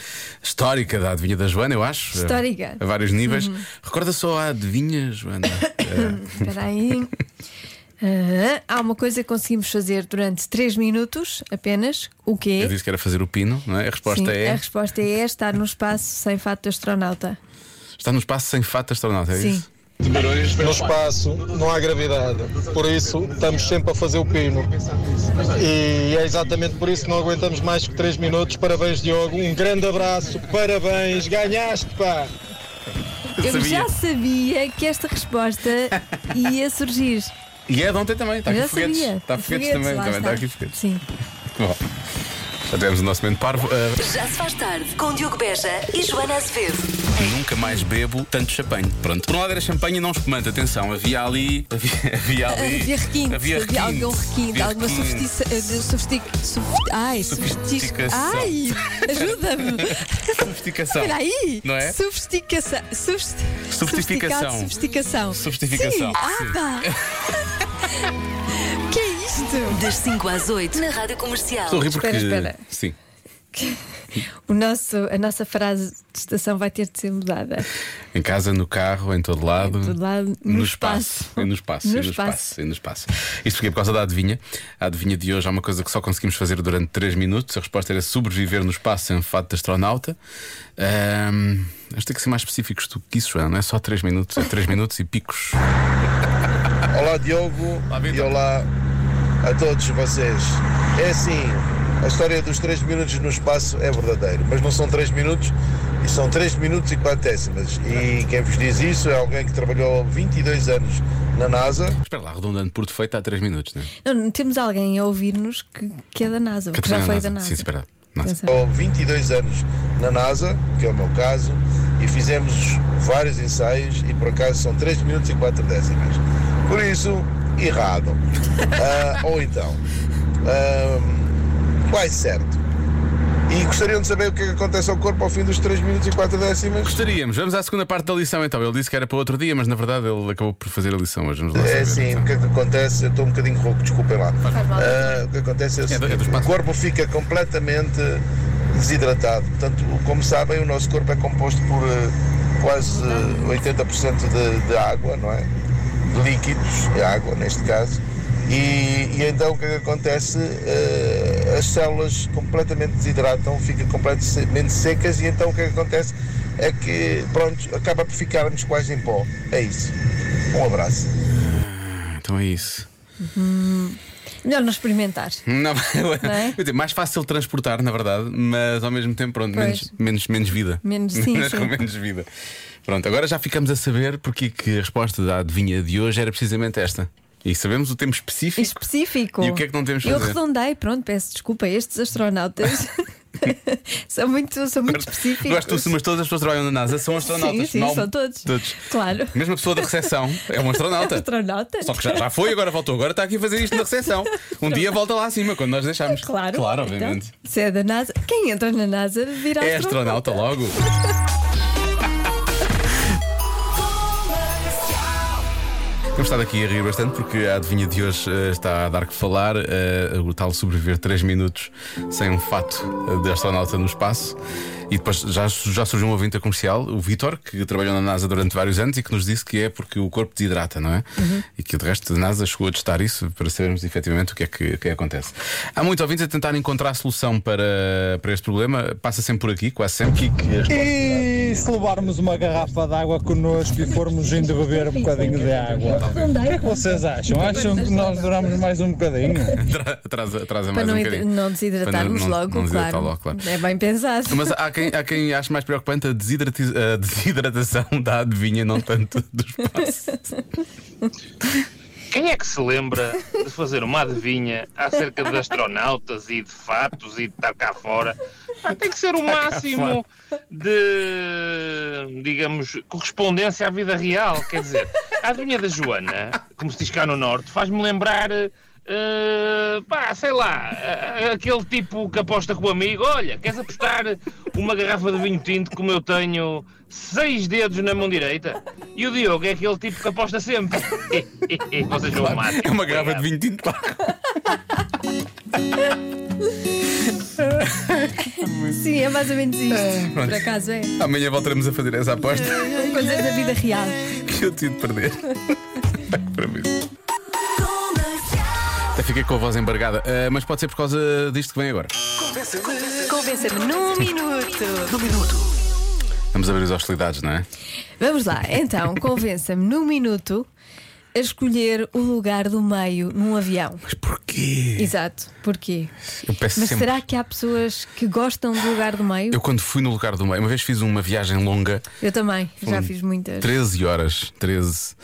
[SPEAKER 2] histórica da Adivinha da Joana, eu acho.
[SPEAKER 3] Histórica. Uhum.
[SPEAKER 2] A, vários níveis. Recorda só a Adivinha, Joana. Eh,
[SPEAKER 3] Espera aí. Ah, há uma coisa que conseguimos fazer durante 3 minutos apenas. O quê?
[SPEAKER 2] eu disse que era fazer o pino, não é? A resposta
[SPEAKER 3] Sim,
[SPEAKER 2] é.
[SPEAKER 3] A resposta é estar no espaço sem fato de astronauta.
[SPEAKER 2] Está no espaço sem fato astronauta, é
[SPEAKER 3] Sim.
[SPEAKER 2] isso?
[SPEAKER 12] No espaço não há gravidade, por isso estamos sempre a fazer o pino. E é exatamente por isso que não aguentamos mais que 3 minutos. Parabéns, Diogo. Um grande abraço, parabéns, ganhaste, pá!
[SPEAKER 3] Eu já sabia que esta resposta ia surgir.
[SPEAKER 2] E é de ontem também, está
[SPEAKER 3] Eu
[SPEAKER 2] aqui
[SPEAKER 3] já
[SPEAKER 2] foguetes.
[SPEAKER 3] sabia.
[SPEAKER 2] Está foguetes,
[SPEAKER 3] Foguetes,
[SPEAKER 2] também,
[SPEAKER 3] lá
[SPEAKER 2] também está
[SPEAKER 3] está.
[SPEAKER 2] aqui foguetes.
[SPEAKER 3] Sim.
[SPEAKER 2] Bom, já temos o nosso momento parvo. Ah,
[SPEAKER 4] Já se faz tarde com Diogo Beja e Joana Azevedo.
[SPEAKER 2] Nunca mais bebo tanto champanhe. Pronto. Por um lado era champanhe e não espumante. Atenção, havia ali. Havia, havia ali.
[SPEAKER 13] Havia requinte, havia,
[SPEAKER 2] requinte,
[SPEAKER 13] algum requinte,
[SPEAKER 2] havia
[SPEAKER 13] alguma
[SPEAKER 2] requinte.
[SPEAKER 13] sofistica.
[SPEAKER 3] eh,
[SPEAKER 13] Sofistic, sof- ai, sofistic,
[SPEAKER 2] Sofisticação.
[SPEAKER 13] ai, ajuda-me!
[SPEAKER 2] Sofisticação.
[SPEAKER 13] Espera aí!
[SPEAKER 2] Então, Não é?
[SPEAKER 13] Sofisticação. Sofist,
[SPEAKER 2] Sofisticação.
[SPEAKER 13] sofisticado, Sofisticação.
[SPEAKER 2] Sofisticação,
[SPEAKER 13] Sim. Ah,
[SPEAKER 2] sim.
[SPEAKER 13] pá! que é isto?
[SPEAKER 4] Das 5 às 8 na Rádio Comercial.
[SPEAKER 2] Estou a rir porque.
[SPEAKER 3] Espera, espera.
[SPEAKER 2] Sim.
[SPEAKER 3] O nosso, a nossa frase de estação vai ter de ser mudada.
[SPEAKER 2] Em casa, no carro, em todo lado.
[SPEAKER 3] todo lado,
[SPEAKER 2] no
[SPEAKER 3] no
[SPEAKER 2] espaço.
[SPEAKER 3] espaço.
[SPEAKER 2] E no espaço.
[SPEAKER 3] No
[SPEAKER 2] e no
[SPEAKER 3] espaço.
[SPEAKER 2] espaço. e no espaço. Isto porque é por causa da adivinha. A adivinha de hoje é uma coisa que só conseguimos fazer durante 3 minutos. A resposta era sobreviver no espaço sem fato de astronauta. Ahm, mas tem que ser mais específicos do que isso, Joana. Não é só 3 minutos, é 3 minutos e picos.
[SPEAKER 14] Olá Diogo e olá a todos vocês. É assim, a história dos 3 minutos no espaço é verdadeiro, mas não são 3 minutos, e são 3 minutos e 4 décimas. E quem vos diz isso é alguém que trabalhou 22 anos na NASA.
[SPEAKER 2] Espera lá, redundante por defeito há 3 minutos, não é?
[SPEAKER 3] Não, temos alguém a ouvir-nos que, que é da NASA, que já
[SPEAKER 2] Catarina
[SPEAKER 3] foi
[SPEAKER 2] Nasa.
[SPEAKER 3] da NASA.
[SPEAKER 2] Sim, espera.
[SPEAKER 14] Estou 22 anos na NASA, que é o meu caso, e fizemos vários ensaios e por acaso são 3 minutos e 4 décimas. Por isso, errado. Ah, ou então, ah, quase certo. E gostariam de saber o que é que acontece ao corpo ao fim dos 3 minutos e 4 décimas?
[SPEAKER 2] Gostaríamos. Vamos à segunda parte da lição então. Ele disse que era para outro dia, mas na verdade ele acabou por fazer a lição hoje. Vamos lá
[SPEAKER 14] É
[SPEAKER 2] saber. então.
[SPEAKER 14] assim, o que é que acontece? Eu estou um bocadinho rouco, desculpem lá. Ah, o que acontece é o seguinte: o corpo fica completamente desidratado. Portanto, como sabem, o nosso corpo é composto por eh, quase eh, 80% de, de água, não é? De líquidos, de água neste caso. E, e então o que é que acontece? Eh, as células completamente desidratam, ficam completamente secas, e então o que é que acontece? É que, pronto, acaba por ficarmos quase em pó. É isso. Um abraço.
[SPEAKER 2] Então é isso.
[SPEAKER 3] Hum, melhor não experimentar.
[SPEAKER 2] Não,
[SPEAKER 3] é?
[SPEAKER 2] quer dizer, mais fácil transportar, na verdade, mas ao mesmo tempo, pronto,
[SPEAKER 3] Pois.
[SPEAKER 2] menos, menos, menos vida.
[SPEAKER 3] Menos- sim,
[SPEAKER 2] Mas com
[SPEAKER 3] sim.
[SPEAKER 2] menos vida. Pronto, agora já ficamos a saber porque é que a resposta da adivinha de hoje era precisamente esta. E sabemos o tempo específico.
[SPEAKER 3] Específico.
[SPEAKER 2] E o que é que não temos de
[SPEAKER 3] Eu
[SPEAKER 2] fazer?
[SPEAKER 3] redondei, pronto, peço desculpa a estes astronautas. são muito, são muito específicos.
[SPEAKER 2] Gosto de mas todas as pessoas que trabalham na NASA são astronautas.
[SPEAKER 3] Sim, sim,
[SPEAKER 2] não-
[SPEAKER 3] são todos.
[SPEAKER 2] todos.
[SPEAKER 3] Claro.
[SPEAKER 2] Mesmo a pessoa da recepção é um astronauta.
[SPEAKER 3] Astronauta.
[SPEAKER 2] Só que já, já foi, agora voltou. Agora está aqui a fazer isto na recepção. Um dia volta lá acima, quando nós deixamos.
[SPEAKER 3] Claro.
[SPEAKER 2] Claro,
[SPEAKER 3] Então,
[SPEAKER 2] obviamente.
[SPEAKER 3] se é da NASA, quem entra na NASA vira
[SPEAKER 2] é astronauta logo. Temos estado aqui a rir bastante porque a adivinha de hoje eh, está a dar que falar. eh, o tal sobreviver 3 minutos sem um fato eh, de astronauta no espaço. E depois já, su- já surgiu um ouvinte comercial, o Vitor, que trabalhou na NASA durante vários anos e que nos disse que é porque o corpo desidrata, não é?
[SPEAKER 3] Uhum.
[SPEAKER 2] E que o resto da NASA chegou a testar isso para sabermos efetivamente o que é que, o que é que acontece. Há muitos ouvintes a tentar encontrar solução para, para este problema. Passa sempre por aqui, quase sempre. E que a resposta-
[SPEAKER 1] E...
[SPEAKER 15] E se levarmos uma garrafa de água connosco e formos indo beber um bocadinho de água? O que é que vocês acham? Acham que nós duramos mais um bocadinho?
[SPEAKER 2] Tra- Traz, traz mais
[SPEAKER 3] Para não,
[SPEAKER 2] um
[SPEAKER 3] hid-
[SPEAKER 2] bocadinho.
[SPEAKER 3] não desidratarmos
[SPEAKER 2] Para não-
[SPEAKER 3] logo,
[SPEAKER 2] não desidratar
[SPEAKER 3] claro.
[SPEAKER 2] logo, claro.
[SPEAKER 3] É bem pensado.
[SPEAKER 2] Mas há quem, há quem ache mais preocupante a, desidrati- a desidratação da adivinha, não tanto dos
[SPEAKER 16] Quem é que se lembra de fazer uma adivinha acerca de astronautas e de fatos e de estar cá fora? Ah, Tem que ser o máximo de, digamos, correspondência à vida real. Quer dizer, a adivinha da Joana, como se diz cá no Norte, faz-me lembrar, eh, pá, sei lá, eh, aquele tipo que aposta com o amigo: olha, queres apostar uma garrafa de vinho tinto como eu tenho seis dedos na mão direita? E o Diogo é aquele tipo que aposta sempre. Vocês vão amar.
[SPEAKER 2] É uma garrafa de vinho tinto, claro.
[SPEAKER 3] Sim, é mais ou menos isto.
[SPEAKER 2] pronto.
[SPEAKER 3] Por acaso é.
[SPEAKER 2] Amanhã voltaremos a fazer essa aposta
[SPEAKER 3] Coisas da vida real.
[SPEAKER 2] que eu tive de perder. Para mim. Até fiquei com a voz embargada, eh, mas pode ser por causa disto que vem agora.
[SPEAKER 3] Convença-me num minuto. Num minuto.
[SPEAKER 2] Vamos abrir as hostilidades, não é?
[SPEAKER 3] Vamos lá, então, convença-me num minuto a escolher um lugar do meio num avião. Mas
[SPEAKER 2] porquê?
[SPEAKER 3] Exato, porquê?
[SPEAKER 2] Eu peço
[SPEAKER 3] Mas
[SPEAKER 2] sempre.
[SPEAKER 3] será que há pessoas que gostam do lugar do meio?
[SPEAKER 2] Eu quando fui no lugar do meio, uma vez fiz uma viagem longa,
[SPEAKER 3] Eu também, já
[SPEAKER 2] Hum,
[SPEAKER 3] fiz muitas.
[SPEAKER 2] 13 horas, 13.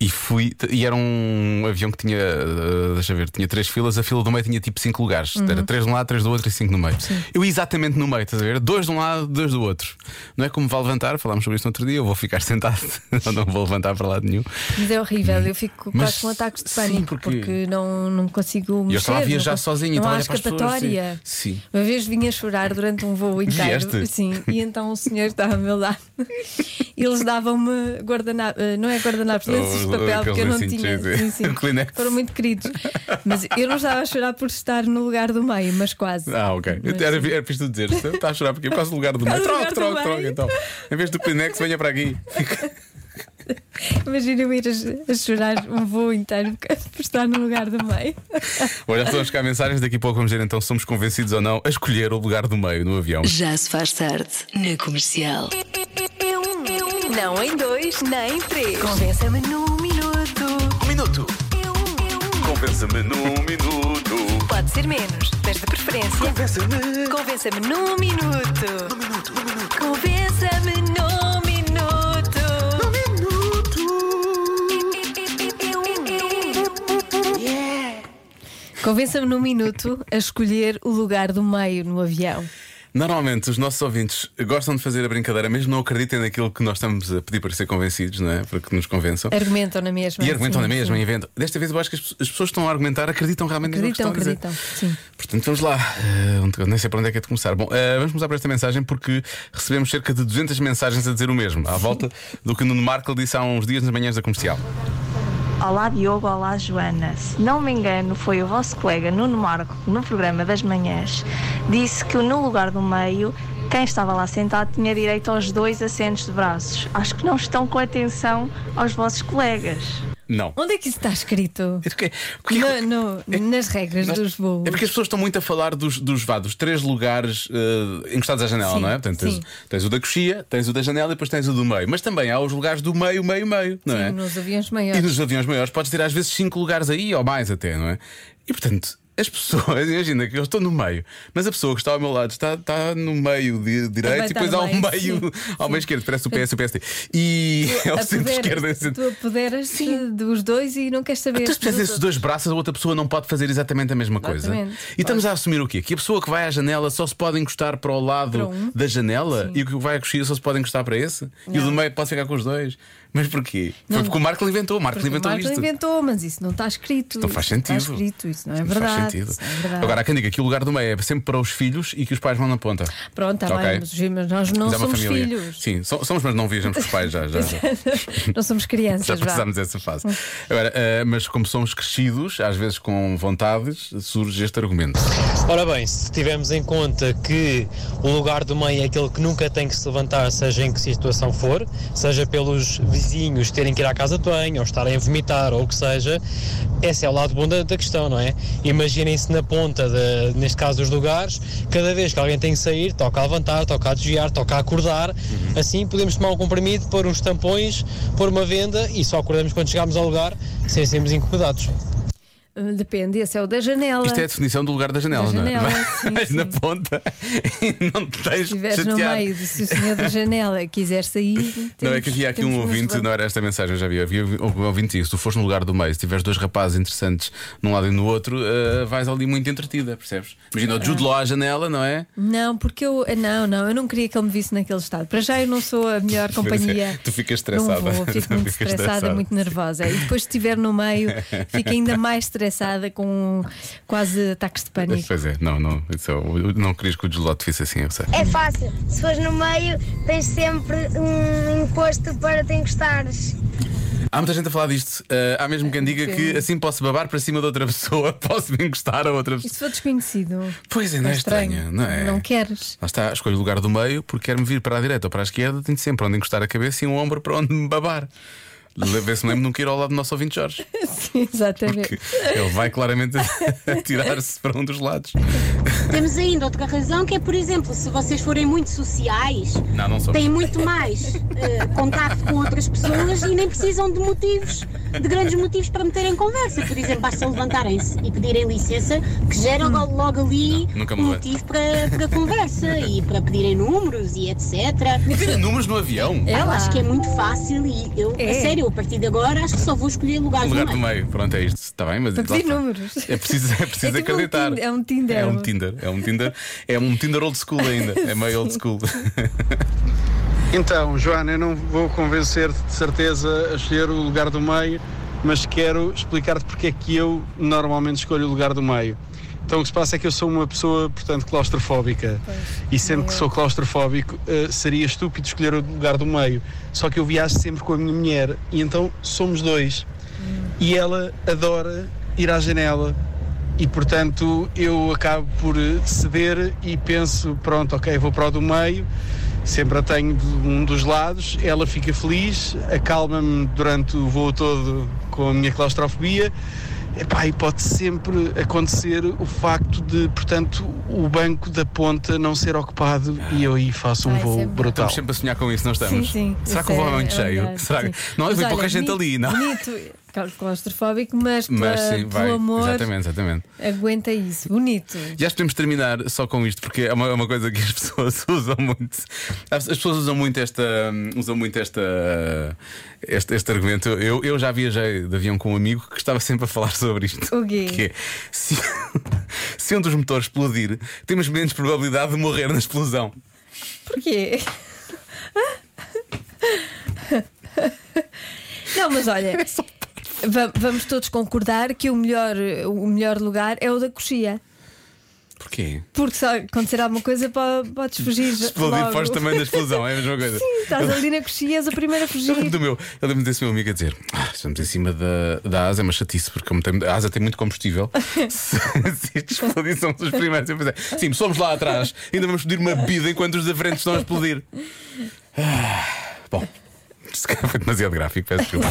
[SPEAKER 2] E fui, e era um avião que tinha, eh, deixa ver, tinha três filas, a fila do meio tinha tipo cinco lugares.
[SPEAKER 3] Uhum.
[SPEAKER 2] Era três de um lado, três do outro e cinco no meio. Eu exatamente no meio, estás a ver? Dois de um lado, dois do outro. Não é como vá levantar, falámos sobre isso no outro dia, eu vou ficar sentado, eu não vou levantar para lado nenhum.
[SPEAKER 3] Mas é horrível, eu fico
[SPEAKER 2] Hum. Mas
[SPEAKER 3] quase com ataques de
[SPEAKER 2] sim,
[SPEAKER 3] pânico
[SPEAKER 2] porque-
[SPEAKER 3] porque não, não consigo mexer.
[SPEAKER 2] E eu estava a
[SPEAKER 3] não
[SPEAKER 2] viajar
[SPEAKER 3] consigo-
[SPEAKER 2] sozinho,
[SPEAKER 3] não
[SPEAKER 2] então
[SPEAKER 3] há
[SPEAKER 2] olha para as pessoas,
[SPEAKER 3] escapatória.
[SPEAKER 2] sim. Sim.
[SPEAKER 3] Uma vez vim a chorar durante um voo inteiro.
[SPEAKER 2] Vieste?
[SPEAKER 3] Sim, e então o senhor estava ao meu lado. Eles davam-me guardanapos, eh, não é guardanapos, lenços
[SPEAKER 2] Ou-
[SPEAKER 3] de
[SPEAKER 2] Oh,
[SPEAKER 3] papel,
[SPEAKER 2] aqueles
[SPEAKER 3] porque eu não
[SPEAKER 2] lencinhos,
[SPEAKER 3] tinha.
[SPEAKER 2] sim, sim.
[SPEAKER 3] Sim, sim.
[SPEAKER 2] Kleenex.
[SPEAKER 3] Foram muito queridos. Mas eu não estava a chorar por estar no lugar do meio, mas quase.
[SPEAKER 2] Ah, ok.
[SPEAKER 3] Mas-
[SPEAKER 2] Era, era para isto dizer, está a chorar porque é por causa do lugar do meio.
[SPEAKER 3] Por causa
[SPEAKER 2] Troca,
[SPEAKER 3] do
[SPEAKER 2] troca,
[SPEAKER 3] lugar do
[SPEAKER 2] troca.
[SPEAKER 3] meio.
[SPEAKER 2] Então, em vez do Kleenex, venha para aqui.
[SPEAKER 3] Imagina eu ir a, a chorar um voo inteiro por estar no lugar do meio.
[SPEAKER 2] Olha, estão a chegar mensagens, daqui a pouco vamos ver então se somos convencidos ou não a escolher o lugar do meio no avião.
[SPEAKER 4] Já se faz tarde na comercial.
[SPEAKER 3] Não em dois, nem em três.
[SPEAKER 4] Convença-me num minuto.
[SPEAKER 2] Um minuto. Convença-me num minuto.
[SPEAKER 3] Pode ser menos, mas de preferência. Convença-me. Convença-me num minuto. Num minuto, num minuto. Convença-me num minuto. Num minuto. Convença-me num minuto a escolher o lugar do meio no avião.
[SPEAKER 2] Normalmente os nossos ouvintes gostam de fazer a brincadeira, mesmo não acreditem naquilo que nós estamos a pedir para ser convencidos, não é? Para que nos convençam.
[SPEAKER 3] Argumentam na mesma.
[SPEAKER 2] E argumentam
[SPEAKER 3] sim,
[SPEAKER 2] na mesma,
[SPEAKER 3] sim.
[SPEAKER 2] inventam. Desta vez eu acho que as as pessoas que estão a argumentar acreditam realmente naquilo que estão
[SPEAKER 3] Acreditam,
[SPEAKER 2] a dizer.
[SPEAKER 3] acreditam. Sim.
[SPEAKER 2] Portanto, vamos lá. Eh, onde- nem sei para onde é que é de começar. Bom, eh, vamos começar por esta mensagem porque recebemos cerca de 200 mensagens a dizer o mesmo, à volta do que o Nuno Marco disse há uns dias nas manhãs da comercial.
[SPEAKER 17] Olá Diogo, olá Joana. Se não me engano, foi o vosso colega Nuno Marco, no programa das manhãs, disse que no lugar do meio, quem estava lá sentado tinha direito aos dois assentos de braços. Acho que não estão com atenção aos vossos colegas.
[SPEAKER 2] Não.
[SPEAKER 3] Onde é que isso está escrito?
[SPEAKER 2] é
[SPEAKER 3] No- no- nas regras
[SPEAKER 2] Nós-
[SPEAKER 3] dos voos.
[SPEAKER 2] É porque as pessoas estão muito a falar dos, dos, vá, dos três lugares eh, encostados à janela,
[SPEAKER 3] Sim,
[SPEAKER 2] não é? Portanto, tens,
[SPEAKER 3] sim.
[SPEAKER 2] tens o da coxia, tens o da janela e depois tens o do meio. Mas também há os lugares do meio, meio, meio, não é?
[SPEAKER 3] Sim, nos aviões
[SPEAKER 2] E
[SPEAKER 3] maiores.
[SPEAKER 2] nos aviões maiores podes ter às vezes cinco lugares aí ou mais até, não é? E portanto, as pessoas, imagina que eu estou no meio, mas a pessoa que está ao meu lado está, está no meio di- direito
[SPEAKER 3] Também
[SPEAKER 2] e
[SPEAKER 3] está
[SPEAKER 2] depois
[SPEAKER 3] no
[SPEAKER 2] ao meio,
[SPEAKER 3] meio, sim,
[SPEAKER 2] ao meio esquerdo, parece o PS e o PSD. E
[SPEAKER 3] Tu
[SPEAKER 2] ao centro
[SPEAKER 3] apoderas-
[SPEAKER 2] esquerdo. é o centro-
[SPEAKER 3] Tu apoderas-te dos dois e não queres saber.
[SPEAKER 2] Então, se puseres
[SPEAKER 3] dos
[SPEAKER 2] esses dois braços, a outra pessoa não pode fazer exatamente a mesma coisa.
[SPEAKER 3] Exatamente.
[SPEAKER 2] E estamos a assumir o quê? Que a pessoa que vai à janela só se pode encostar para o lado
[SPEAKER 3] Para um.
[SPEAKER 2] da janela e o que vai à coxia só se pode encostar para esse? E o do meio pode ficar com os dois. Mas porquê?
[SPEAKER 3] Não.
[SPEAKER 2] Foi porque o Marco inventou, o Marco
[SPEAKER 3] Porque
[SPEAKER 2] inventou
[SPEAKER 3] o Marco
[SPEAKER 2] isto.
[SPEAKER 3] inventou, mas isso não está escrito.
[SPEAKER 2] Não Então faz
[SPEAKER 3] isso não
[SPEAKER 2] sentido.
[SPEAKER 3] Está escrito, isso não é
[SPEAKER 2] Mas
[SPEAKER 3] verdade.
[SPEAKER 2] faz sentido.
[SPEAKER 3] isso não é verdade.
[SPEAKER 2] Agora, há quem diga que o lugar do meio é sempre para os filhos e que os pais vão na ponta.
[SPEAKER 3] Pronto, está
[SPEAKER 2] Ok.
[SPEAKER 3] bem, mas, mas nós não
[SPEAKER 2] Mas é uma
[SPEAKER 3] somos
[SPEAKER 2] família.
[SPEAKER 3] filhos.
[SPEAKER 2] Sim, so- somos, mas não viajamos com os pais já. já, já.
[SPEAKER 3] não somos crianças.
[SPEAKER 2] Já
[SPEAKER 3] vá.
[SPEAKER 2] passámos essa fase. Agora, eh, mas como somos crescidos, às vezes com vontades, surge este argumento. é
[SPEAKER 18] Ora bem, se tivermos em conta que o lugar do meio é aquele que nunca tem que se levantar, seja em que situação for, seja pelos vi-
[SPEAKER 19] vizinhos terem que ir à casa de banho ou estarem a vomitar ou o que seja, esse é o lado bom da, da questão, não é? Imaginem-se na ponta, de- neste caso dos lugares, cada vez que alguém tem que sair, toca a levantar, toca a desviar, toca a acordar. Assim podemos tomar um comprimido, pôr uns tampões, pôr uma venda e só acordamos quando chegarmos ao lugar sem sermos incomodados.
[SPEAKER 3] Depende, esse é o da janela.
[SPEAKER 2] Isto é a definição do lugar da janela,
[SPEAKER 3] Da
[SPEAKER 2] não
[SPEAKER 3] janela,
[SPEAKER 2] é?
[SPEAKER 3] sim,
[SPEAKER 2] Mas na ponta não te tens
[SPEAKER 3] Se
[SPEAKER 2] de
[SPEAKER 3] estiveres no
[SPEAKER 2] chatear.
[SPEAKER 3] meio, se o senhor da janela quiser sair.
[SPEAKER 2] Não, é
[SPEAKER 3] temos-
[SPEAKER 2] que havia aqui
[SPEAKER 3] temos
[SPEAKER 2] um
[SPEAKER 3] que nos
[SPEAKER 2] ouvinte, não
[SPEAKER 3] levantar.
[SPEAKER 2] era esta mensagem, eu já vi. Havia um ouvinte que disse: se tu fores no lugar do meio, se tiveres dois rapazes interessantes num lado e no outro, eh, vais ali muito entretida, percebes? Imagina o Jude Law à janela, não é?
[SPEAKER 3] Não, porque eu. eh, Não, não, eu não queria que ele me visse naquele estado. Para já eu não sou a melhor companhia.
[SPEAKER 2] é, Tu ficas
[SPEAKER 3] Não
[SPEAKER 2] estressada.
[SPEAKER 3] vou, fico
[SPEAKER 2] Tu
[SPEAKER 3] muito
[SPEAKER 2] ficas
[SPEAKER 3] estressada, muito nervosa. E depois, se estiver no meio, fico ainda mais estressada com quase ataques de pânico.
[SPEAKER 2] Pois é, não, não, isso é- eu não querias que o Jude Law te visse assim, eu sei.
[SPEAKER 17] É fácil. Se fores no meio, tens sempre um imposto para te encostares.
[SPEAKER 2] Há muita gente a falar disto. Eh, há mesmo quem diga que assim posso babar para cima de outra pessoa, posso me encostar a outra
[SPEAKER 3] E
[SPEAKER 2] pessoa.
[SPEAKER 3] se for desconhecido?
[SPEAKER 2] Pois é, não é
[SPEAKER 3] estranho.
[SPEAKER 2] estranho, não é?
[SPEAKER 3] Não queres.
[SPEAKER 2] Lá está, escolho o lugar do meio, porque quero-me vir para a direita ou para a esquerda, tenho sempre onde encostar a cabeça e um ombro para onde me babar. Vê se me lembro de nunca ir ao lado do nosso ouvinte Jorge.
[SPEAKER 3] Sim, exatamente.
[SPEAKER 2] Ele vai claramente atirar-se para um dos lados.
[SPEAKER 6] Temos ainda outra razão que é, por exemplo, se vocês forem muito sociais,
[SPEAKER 2] Não, não somos.
[SPEAKER 6] têm muito mais eh, contacto com outras pessoas e nem precisam de motivos, de grandes motivos para meterem conversa. Por exemplo, basta levantarem-se e pedirem licença, que gera logo, logo ali
[SPEAKER 2] Não, nunca
[SPEAKER 6] um
[SPEAKER 2] mudou.
[SPEAKER 6] motivo para, para conversa e para pedirem números e etc.
[SPEAKER 2] Tem números no avião?
[SPEAKER 6] Ah, Eu acho que é muito fácil e eu, a sério, a partir de agora, acho que só vou escolher lugares
[SPEAKER 2] Lugar
[SPEAKER 6] no
[SPEAKER 2] do
[SPEAKER 6] meio.
[SPEAKER 2] meio, pronto, é isto. Está bem, mas
[SPEAKER 3] Para
[SPEAKER 2] lá
[SPEAKER 3] pedir
[SPEAKER 2] está.
[SPEAKER 3] números.
[SPEAKER 2] É preciso, é preciso
[SPEAKER 3] tipo um
[SPEAKER 2] acreditar.
[SPEAKER 3] Tinder- é um Tinder.
[SPEAKER 2] É um Tinder. É um Tinder. É um Tinder old school ainda. É meio old school.
[SPEAKER 14] Então, Joana, eu não vou convencer-te de certeza a escolher o lugar do meio, mas quero explicar-te porque é que eu normalmente escolho o lugar do meio. Então, o que se passa é que eu sou uma pessoa, portanto, claustrofóbica. e sempre que sou claustrofóbico, eh, seria estúpido escolher o lugar do meio. Só que eu viajo sempre com a minha mulher, e então somos dois. E ela adora ir à janela e portanto eu acabo por eh, ceder e penso, pronto, ok, vou para o do meio, sempre a tenho de um dos lados, ela fica feliz, acalma-me durante o voo todo com a minha claustrofobia. Epá, e pode sempre acontecer o facto de, portanto, o banco da ponta não ser ocupado e eu aí faço um
[SPEAKER 3] Ah,
[SPEAKER 2] Ai,
[SPEAKER 14] voo
[SPEAKER 2] sempre.
[SPEAKER 14] brutal.
[SPEAKER 2] Estamos sempre a sonhar com isso, não estamos?
[SPEAKER 3] é Sim, sim.
[SPEAKER 2] Será
[SPEAKER 3] Isso
[SPEAKER 2] que o voo é
[SPEAKER 3] é-
[SPEAKER 2] muito
[SPEAKER 3] é
[SPEAKER 2] cheio?
[SPEAKER 3] verdade,
[SPEAKER 2] Será que...
[SPEAKER 3] sim.
[SPEAKER 2] Não,
[SPEAKER 3] Mas
[SPEAKER 2] vem pouca
[SPEAKER 3] olha,
[SPEAKER 2] gente
[SPEAKER 3] bonito-
[SPEAKER 2] ali, não? é?
[SPEAKER 3] Bonito, claro, claustrofóbico, mas,
[SPEAKER 2] Mas
[SPEAKER 3] pela-
[SPEAKER 2] sim,
[SPEAKER 3] pelo
[SPEAKER 2] vai.
[SPEAKER 3] amor.
[SPEAKER 2] Exatamente, exatamente.
[SPEAKER 3] Aguenta isso, bonito.
[SPEAKER 2] E acho que podemos terminar só com isto, porque é uma, é uma coisa que as pessoas usam muito. As pessoas usam muito esta. hum, Usam muito esta. Este, este argumento. Eu, eu já viajei de avião com um amigo que estava sempre a falar sobre isto.
[SPEAKER 3] O quê?
[SPEAKER 2] Que é, se, se um dos motores explodir, temos menos probabilidade de morrer na explosão.
[SPEAKER 3] Porquê? Não, mas olha. va- Vamos todos concordar que o melhor, o melhor lugar é o da coxia.
[SPEAKER 2] Porquê?
[SPEAKER 3] Porque se acontecer alguma coisa, po- podes fugir.
[SPEAKER 2] Explodir
[SPEAKER 3] logo.
[SPEAKER 2] foge também da explosão, é a mesma coisa.
[SPEAKER 3] Sim, tá estás ali na coxia, és a primeira a
[SPEAKER 2] Eu lembro
[SPEAKER 3] fugir.
[SPEAKER 2] do meu, eu lembro desse meu amigo a dizer: "Ah, estamos em cima da, da asa, é uma chatice, porque como tem- a asa tem muito combustível. se se isto explodir, somos os primeiros. Eu pensei, sim, somos lá atrás, ainda vamos pedir uma bebida enquanto os da frente estão a explodir. Ah, bom, isto se calhar foi demasiado gráfico, peço desculpa.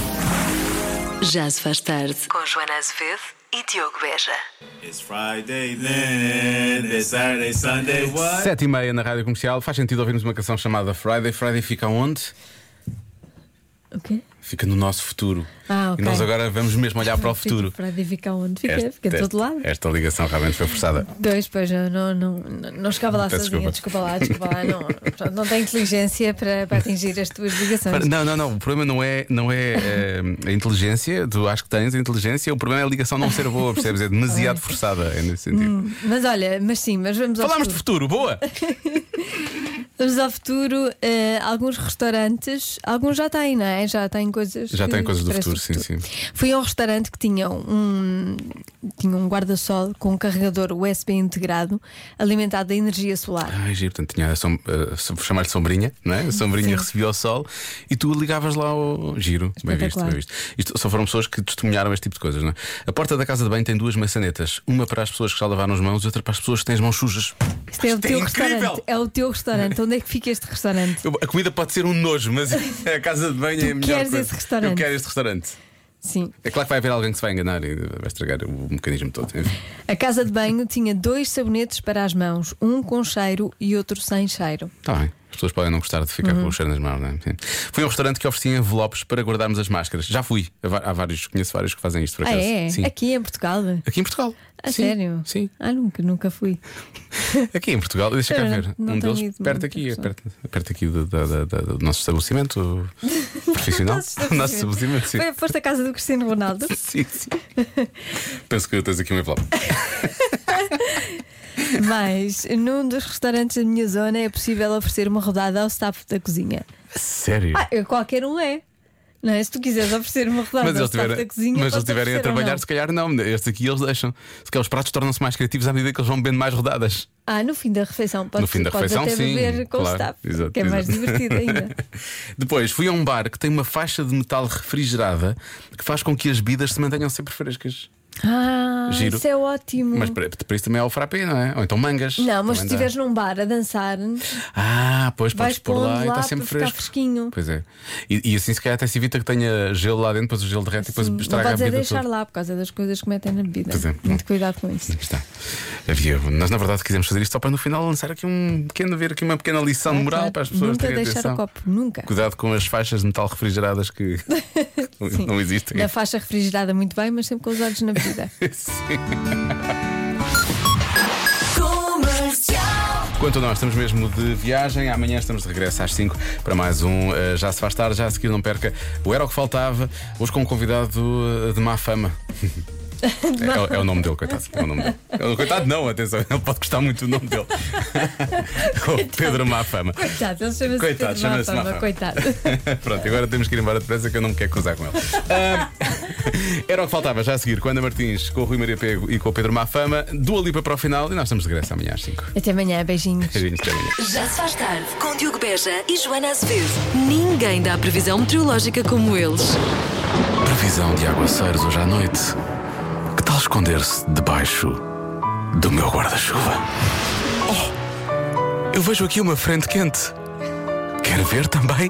[SPEAKER 4] Já se faz tarde com Joana Azevedo e Diogo Beja.
[SPEAKER 12] It's Friday then, it's Saturday, Sunday, what?
[SPEAKER 2] Sete e meia na rádio comercial, faz sentido ouvirmos uma canção chamada Friday. Friday fica onde?
[SPEAKER 3] O quê?
[SPEAKER 2] Fica no nosso futuro.
[SPEAKER 3] Ah, ok.
[SPEAKER 2] E nós agora vamos mesmo olhar para o futuro.
[SPEAKER 3] Para ficar onde fica,
[SPEAKER 2] Esta-
[SPEAKER 3] fica de todo lado.
[SPEAKER 2] Esta ligação realmente foi forçada.
[SPEAKER 3] Dois, pois não, não, não, não chegava lá
[SPEAKER 2] Peço
[SPEAKER 3] sozinha.
[SPEAKER 2] desculpa.
[SPEAKER 3] Desculpa. lá, desculpa lá. Não, pronto, não tem inteligência para, para atingir as tuas ligações.
[SPEAKER 2] Não, não, não. O problema não é, não é, eh, a inteligência. Tu acho que tens a inteligência. O problema é a ligação não ser boa, percebes? É demasiado forçada é nesse sentido.
[SPEAKER 3] Hum, mas olha, mas sim, mas vamos ao
[SPEAKER 2] Falámos de
[SPEAKER 3] futuro.
[SPEAKER 2] futuro, boa!
[SPEAKER 3] Vamos ao futuro. eh, alguns restaurantes, alguns já têm, não é? Já têm coisas.
[SPEAKER 2] Já
[SPEAKER 3] que
[SPEAKER 2] tem coisas do
[SPEAKER 3] parecem
[SPEAKER 2] futuro, sim, sim.
[SPEAKER 3] Fui a um restaurante que tinha um, tinha um guarda-sol com um carregador USB integrado, alimentado da energia solar.
[SPEAKER 2] Ai, giro, portanto, tinha a som, eh, vou chamar-lhe sombrinha, não é? A sombrinha recebia o sol e tu ligavas lá ao giro. Bem visto,
[SPEAKER 3] Espetacular.
[SPEAKER 2] bem visto. Isto só foram pessoas que testemunharam este tipo de coisas, não é? A porta da casa de banho tem duas maçanetas, uma para as pessoas que já lavaram as mãos e outra para as pessoas que têm as mãos sujas.
[SPEAKER 3] Isto é o teu restaurante. É o teu restaurante. Onde é que fica este restaurante?
[SPEAKER 2] Eu- A comida pode ser um nojo, mas a casa de banho é a melhor
[SPEAKER 3] Queres
[SPEAKER 2] coisa.
[SPEAKER 3] esse restaurante.
[SPEAKER 2] Eu quero este restaurante.
[SPEAKER 3] Sim.
[SPEAKER 2] É claro que vai haver alguém que se vai enganar e vai estragar o mecanismo todo. Enfim.
[SPEAKER 3] A casa de banho tinha dois sabonetes para as mãos, um com cheiro e outro sem cheiro.
[SPEAKER 2] Está Tá bem. As pessoas podem não gostar de ficar
[SPEAKER 3] Uhum.
[SPEAKER 2] com o cheiro nas mãos, não é? Sim. Fui a um restaurante que oferecia envelopes para guardarmos as máscaras. Já fui. Há va- Há vários, conheço vários que fazem isto por
[SPEAKER 3] ah,
[SPEAKER 2] acaso.
[SPEAKER 3] é?
[SPEAKER 2] Sim.
[SPEAKER 3] Aqui em Portugal?
[SPEAKER 2] Aqui em Portugal.
[SPEAKER 3] A
[SPEAKER 2] Sim,
[SPEAKER 3] sério? Sim. Ah, nunca, nunca fui.
[SPEAKER 2] Aqui em Portugal, deixa cá
[SPEAKER 3] Espera,
[SPEAKER 2] ver.
[SPEAKER 3] não
[SPEAKER 2] um
[SPEAKER 3] tenho
[SPEAKER 2] deles
[SPEAKER 3] ido
[SPEAKER 2] perto
[SPEAKER 3] muito,
[SPEAKER 2] aqui, é
[SPEAKER 3] professor.
[SPEAKER 2] perto, perto aqui do, da- da- da- do nosso estabelecimento profissional. nosso estabelecimento, sim.
[SPEAKER 3] Foi, foste à casa do Cristiano Ronaldo?
[SPEAKER 2] sim, sim. Penso que tens aqui um envelope.
[SPEAKER 3] Mas num dos restaurantes da minha zona é possível oferecer uma rodada ao staff da cozinha.
[SPEAKER 2] Sério?
[SPEAKER 3] Ah, eu- qualquer um é. Não é? Se tu quiseres oferecer uma rodada
[SPEAKER 2] Mas
[SPEAKER 3] ao
[SPEAKER 2] eles
[SPEAKER 3] staff
[SPEAKER 2] tiverem,
[SPEAKER 3] da cozinha,
[SPEAKER 2] mas eles
[SPEAKER 3] podes
[SPEAKER 2] tiverem a
[SPEAKER 3] oferecer ou não.
[SPEAKER 2] trabalhar, se calhar não. Este aqui eles deixam. Se calhar os pratos tornam-se mais criativos à medida que eles vão bebendo mais rodadas.
[SPEAKER 3] Ah, no fim da refeição, podes,
[SPEAKER 2] no fim da
[SPEAKER 3] podes
[SPEAKER 2] refeição,
[SPEAKER 3] até
[SPEAKER 2] sim.
[SPEAKER 3] beber com o
[SPEAKER 2] claro,
[SPEAKER 3] staff,
[SPEAKER 2] exato,
[SPEAKER 3] que é mais
[SPEAKER 2] exato.
[SPEAKER 3] divertido ainda.
[SPEAKER 2] Depois fui a um bar que tem uma faixa de metal refrigerada que faz com que as bebidas se mantenham sempre frescas.
[SPEAKER 3] Ah,
[SPEAKER 2] Giro.
[SPEAKER 3] isso é ótimo.
[SPEAKER 2] Mas para, para isso também é o frappé, não é? Ou então mangas.
[SPEAKER 3] Não, mas se
[SPEAKER 2] Também dá.
[SPEAKER 3] estiveres num bar a dançar,
[SPEAKER 2] Ah, pois podes
[SPEAKER 3] vais
[SPEAKER 2] pôr
[SPEAKER 3] pondo
[SPEAKER 2] lá,
[SPEAKER 3] lá,
[SPEAKER 2] e está
[SPEAKER 3] para
[SPEAKER 2] sempre
[SPEAKER 3] ficar
[SPEAKER 2] fresco.
[SPEAKER 3] fresquinho.
[SPEAKER 2] Pois é. E, e assim se calhar até se evita que tenha gelo lá dentro, depois o gelo derrete e depois
[SPEAKER 3] não
[SPEAKER 2] estraga a
[SPEAKER 3] podes é
[SPEAKER 2] bebida
[SPEAKER 3] deixar
[SPEAKER 2] toda.
[SPEAKER 3] lá por causa das coisas que metem na bebida.
[SPEAKER 2] Pois é.
[SPEAKER 3] Muito cuidado com isso.
[SPEAKER 2] Está. Havia, nós na verdade quisemos fazer isto só para no final lançar aqui um pequeno ver aqui uma pequena lição moral para as pessoas
[SPEAKER 3] nunca
[SPEAKER 2] terem
[SPEAKER 3] deixar
[SPEAKER 2] atenção.
[SPEAKER 3] o copo, nunca.
[SPEAKER 2] Cuidado com as faixas de metal refrigeradas que não existem.
[SPEAKER 3] Na faixa refrigerada, muito bem, mas sempre com os olhos na bebida.
[SPEAKER 1] Comercial.
[SPEAKER 2] Quanto a nós, estamos mesmo de viagem. Amanhã estamos de regresso às 5 para mais um eh, Já Se Faz Tarde. Já a seguir, não perca o Era o que Faltava. Hoje com um convidado eh, de má fama. É, é o nome dele, coitado. É o nome dele. É o- Coitado, não, atenção, ele pode gostar muito do nome dele. O Pedro Má Fama.
[SPEAKER 3] Coitado, ele chama-se
[SPEAKER 2] Coitado,
[SPEAKER 3] Pedro
[SPEAKER 2] chama-se
[SPEAKER 3] Mafama,
[SPEAKER 2] Mafama.
[SPEAKER 3] coitado.
[SPEAKER 2] Pronto, agora temos que ir embora depressa que eu não me quero cruzar com ele. Ah, era o que faltava já a seguir com a Ana Martins, com o Rui Maria Pego e com o Pedro Má Fama. Dua Lipa para o final e nós estamos de regresso amanhã às 5.
[SPEAKER 3] Até amanhã, beijinhos.
[SPEAKER 2] Beijinhos, até amanhã.
[SPEAKER 4] Já se faz tarde com Diogo Beja e Joana Azevedo. Ninguém dá previsão meteorológica como eles.
[SPEAKER 2] Previsão de aguaceiros hoje à noite. Que tal esconder-se debaixo do meu guarda-chuva? Oh, eu vejo aqui uma frente quente. Quer ver também?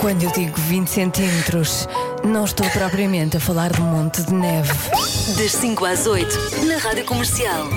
[SPEAKER 3] Quando eu digo 20 centímetros, não estou propriamente a falar de um monte de neve.
[SPEAKER 4] Das 5 às 8, na Rádio Comercial.